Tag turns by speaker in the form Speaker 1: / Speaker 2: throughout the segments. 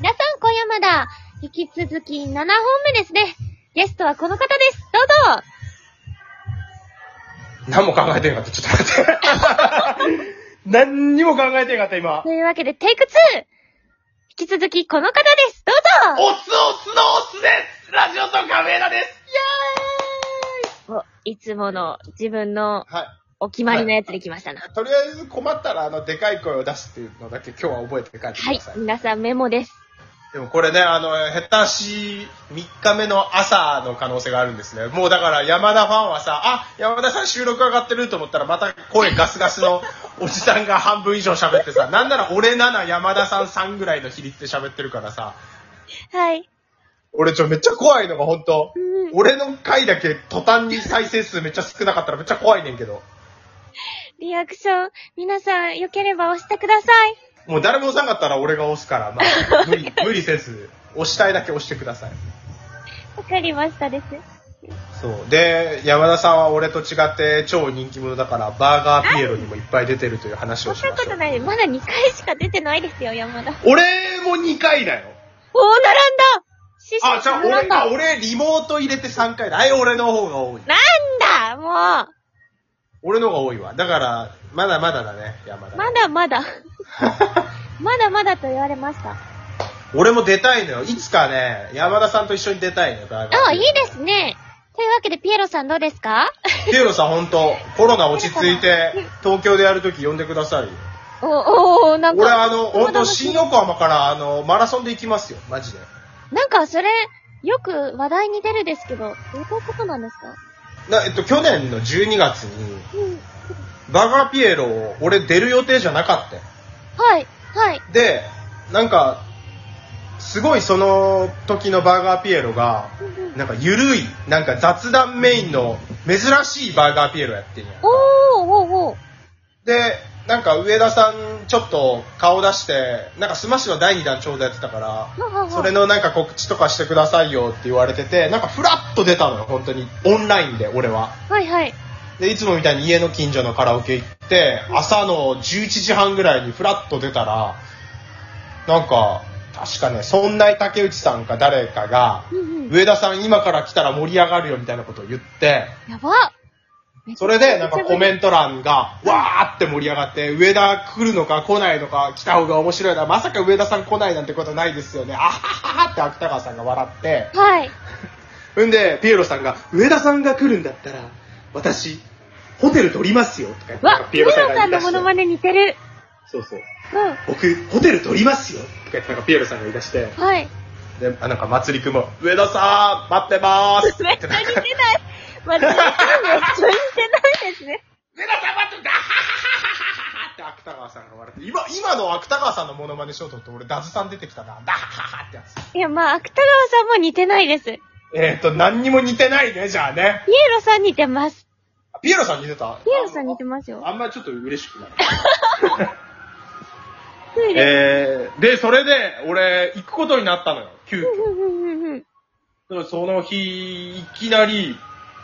Speaker 1: 皆さん、今夜まだ、引き続き7本目ですね。ゲストはこの方です。どうぞ
Speaker 2: 何も考えてなかった。ちょっと待って。何にも考えてなかった、今。
Speaker 1: というわけで、テイク 2! 引き続きこの方です。ど
Speaker 2: オ
Speaker 1: うぞ
Speaker 2: スオスのオスですラジオとカメラです
Speaker 1: おいつもの自分の
Speaker 2: はい。
Speaker 1: お決まりのやつできましたな。
Speaker 2: とりあえず困ったら、あの、でかい声を出すっていうのだけ今日は覚えて帰ってく
Speaker 1: はい
Speaker 2: ださい。、
Speaker 1: 皆さんメモです。
Speaker 2: でもこれね、あの、下手し3日目の朝の可能性があるんですね。もうだから山田ファンはさ、あ、山田さん収録上がってると思ったらまた声ガスガスの おじさんが半分以上喋ってさ、なんなら俺7、山田さん3ぐらいの比率で喋ってるからさ、
Speaker 1: はい。
Speaker 2: 俺ちょ、めっちゃ怖いのが本当
Speaker 1: うん
Speaker 2: 俺の回だけ途端に再生数めっちゃ少なかったらめっちゃ怖いねんけど。
Speaker 1: リアクション、皆さん、良ければ押してください。
Speaker 2: もう誰も押さなかったら俺が押すから、まあ、無理、無理せず、押したいだけ押してください。
Speaker 1: わかりましたです。
Speaker 2: そう。で、山田さんは俺と違って超人気者だから、バーガーピエロにもいっぱい出てるという話
Speaker 1: そ
Speaker 2: を
Speaker 1: ん
Speaker 2: し
Speaker 1: な
Speaker 2: ま
Speaker 1: こ
Speaker 2: し
Speaker 1: と
Speaker 2: た。
Speaker 1: ない。まだ2回しか出てないですよ、山田。
Speaker 2: 俺も2回だよ。
Speaker 1: おー、並んだ師匠
Speaker 2: あ、じゃあ
Speaker 1: 並ん
Speaker 2: 俺、
Speaker 1: だ
Speaker 2: あ、俺リモート入れて3回だ。あい、俺の方が多い。
Speaker 1: なんだも
Speaker 2: 俺の方が多いわ。だから、まだまだだね、山田。
Speaker 1: うまだまだ。 まだまだと言われました。
Speaker 2: 俺も出たいのよ。いつかね、山田さんと一緒に出たいのよ、バーガー。
Speaker 1: あ、いいですね。というわけで、ピエロさんどうですか
Speaker 2: す。ピエロさん本当コロナ落ち着いて、東京でやるとき呼んでくださいよ。
Speaker 1: お、おー、なん
Speaker 2: 俺
Speaker 1: か、
Speaker 2: あの、本当新横浜からあの、マラソンで行きますよ、マジで。
Speaker 1: なんかそれ、よく話題に出るですけど、どういうことなんですか
Speaker 2: な、えっと、去年の12月に、
Speaker 1: うん。
Speaker 2: バーガーピエロを俺出る予定じゃなかったよ
Speaker 1: はい、はい。
Speaker 2: で、なんか、すごいその時のバーガーピエロが、なんかゆるい、なんか雑談メインの珍しいバーガーピエロやってんや。
Speaker 1: おー、おー、おー。
Speaker 2: で、なんか上田さんちょっと顔出して、なんかスマッシュの第2弾ちょうどやってたから、
Speaker 1: ははは
Speaker 2: それのなんか告知とかしてくださいよって言われてて、なんかフラッと出たのよ、本当に。オンラインで、俺は。
Speaker 1: はい、はい。
Speaker 2: で、いつもみたいに家の近所のカラオケ行って、朝の11時半ぐらいにフラッと出たら、なんか、確かね、そんな竹内さんか誰かが、
Speaker 1: うんうん。
Speaker 2: 上田さん今から来たら盛り上がるよみたいなことを言って、
Speaker 1: やば
Speaker 2: それでなんかコメント欄が、わーって盛り上がって、上田来るのか来ないのか来た方が面白いな、まさか上田さん来ないなんてことないですよね、あはははって芥川さんが笑って、
Speaker 1: はい。
Speaker 2: んで、ピエロさんが、上田さんが来るんだったら、私、ホテル取りますよ、とか言ってな
Speaker 1: わ
Speaker 2: んか、
Speaker 1: ピエロ
Speaker 2: が
Speaker 1: さ
Speaker 2: 言
Speaker 1: ん
Speaker 2: い出
Speaker 1: の
Speaker 2: して
Speaker 1: モノマネ似てる。
Speaker 2: そうそう。
Speaker 1: うん。
Speaker 2: 僕、ホテル取りますよ、とか言ってなんかピエロさんが言い出して、
Speaker 1: はい。
Speaker 2: で、あなんか、まつりくんも、上田さん、待ってま ーす
Speaker 1: めっちゃ 似てない。まあ、めっちゃ似てないですね。
Speaker 2: 上田さん待ってたはははははって芥川さんが笑って、今、今の芥川さんのモノマネしようと思って、俺、ダズさん出てきたな、ダハハハってやつ。
Speaker 1: いや、まあ、芥川さんも似てないです。ピエ
Speaker 2: えっと、何にも似てないね、じゃあね。
Speaker 1: ロさん似てます。
Speaker 2: ピエロさん似てた
Speaker 1: ピエロさん似てますよ。
Speaker 2: あんまりちょっと嬉しくない。
Speaker 1: トイレ。
Speaker 2: えー、で、それで、俺、行くことになったのよ、
Speaker 1: う
Speaker 2: 急遽。
Speaker 1: んうんうんうん
Speaker 2: でもその日、いきなり、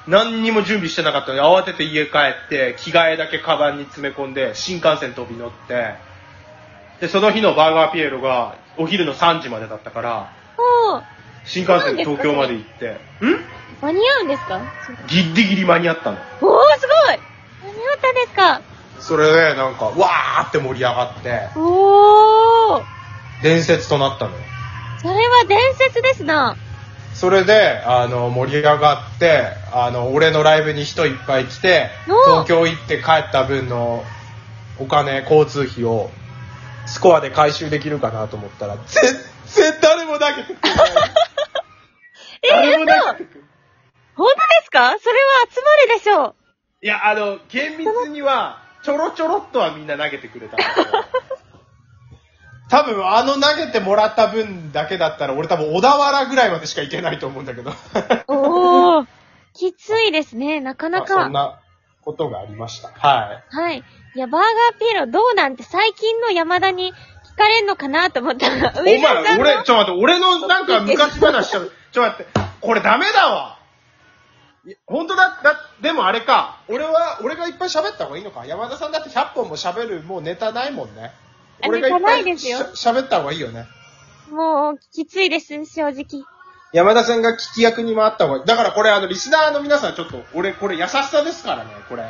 Speaker 2: 何にも準備してなかったので、慌てて家帰って、着替えだけカバンに詰め込んで、新幹線飛び乗って、で、その日のバーガーピエロが、お昼の3時までだったから、
Speaker 1: おー、
Speaker 2: 新幹線で東京まで行って、ん
Speaker 1: 間に合うんですか
Speaker 2: ギリギリ間に合ったの。
Speaker 1: おー、すごい間に合ったんですか
Speaker 2: それで、なんか、わーって盛り上がって、
Speaker 1: おー、
Speaker 2: 伝説となったのよ。
Speaker 1: それは伝説ですな。
Speaker 2: それで、あの、盛り上がって、あの、俺のライブに人いっぱい来て、
Speaker 1: おう
Speaker 2: 東京行って帰った分のお金、交通費を、スコアで回収できるかなと思ったら、全然誰も投げてくれない。
Speaker 1: えー、嘘
Speaker 2: 誰も投げてくれない
Speaker 1: 本当ですかそれは集まるでしょう。
Speaker 2: いや、あの、厳密には、ちょろちょろっとはみんな投げてくれたんだけど。 多分、あの投げてもらった分だけだったら、俺多分小田原ぐらいまでしか行けないと思う んだけど。
Speaker 1: おー、きついですね、なかな
Speaker 2: まあそ
Speaker 1: か
Speaker 2: ん。なことがありました。はい。
Speaker 1: はい。いや、バーガーピエロどうなんて最近の山田に聞かれんのかなと思ったら、
Speaker 2: お
Speaker 1: 上
Speaker 2: 前
Speaker 1: 田さ、んの
Speaker 2: 俺、ちょっと待って、俺のなんか昔話し ちゃう。ちょっと待って、これダメだわ。いや本当だ、だ、でもあれか。俺は、俺がいっぱい喋った方がいいのか。山田さんだって100本も喋る、もうネタないもんね。
Speaker 1: あ
Speaker 2: 俺がいっぱい
Speaker 1: ネタないですよ
Speaker 2: しゃ喋った方がいいよね。
Speaker 1: もう、きついです、正直。
Speaker 2: 山田さんが聞き役に回った方がいい。だからこれ、あの、リスナーの皆さん、ちょっと、俺、これ、優しさですからね、これ。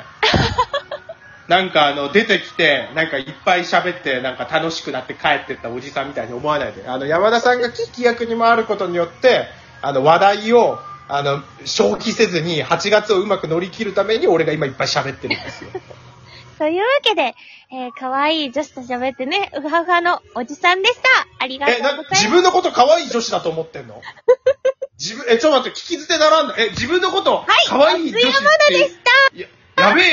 Speaker 2: なんか、あの、出てきて、なんか、いっぱい喋って、なんか、楽しくなって帰ってったおじさんみたいに思わないで。あの、山田さんが聞き役に回ることによって、あの、話題を、あの、消費せずに、8月をうまく乗り切るために、俺が今いっぱい喋ってるん ですよ。
Speaker 1: というわけで、えー、可愛い女子と喋ってね、うはうはのおじさんでした。ありがとう
Speaker 2: え、
Speaker 1: ござい
Speaker 2: な
Speaker 1: ま、す。
Speaker 2: 自分のこと可愛い女子だと思ってんの自分、え、ちょっと待って、聞き捨てならんのえ、自分のこと
Speaker 1: い、
Speaker 2: 可愛い女子って。
Speaker 1: 松山田でした
Speaker 2: いや、やべえや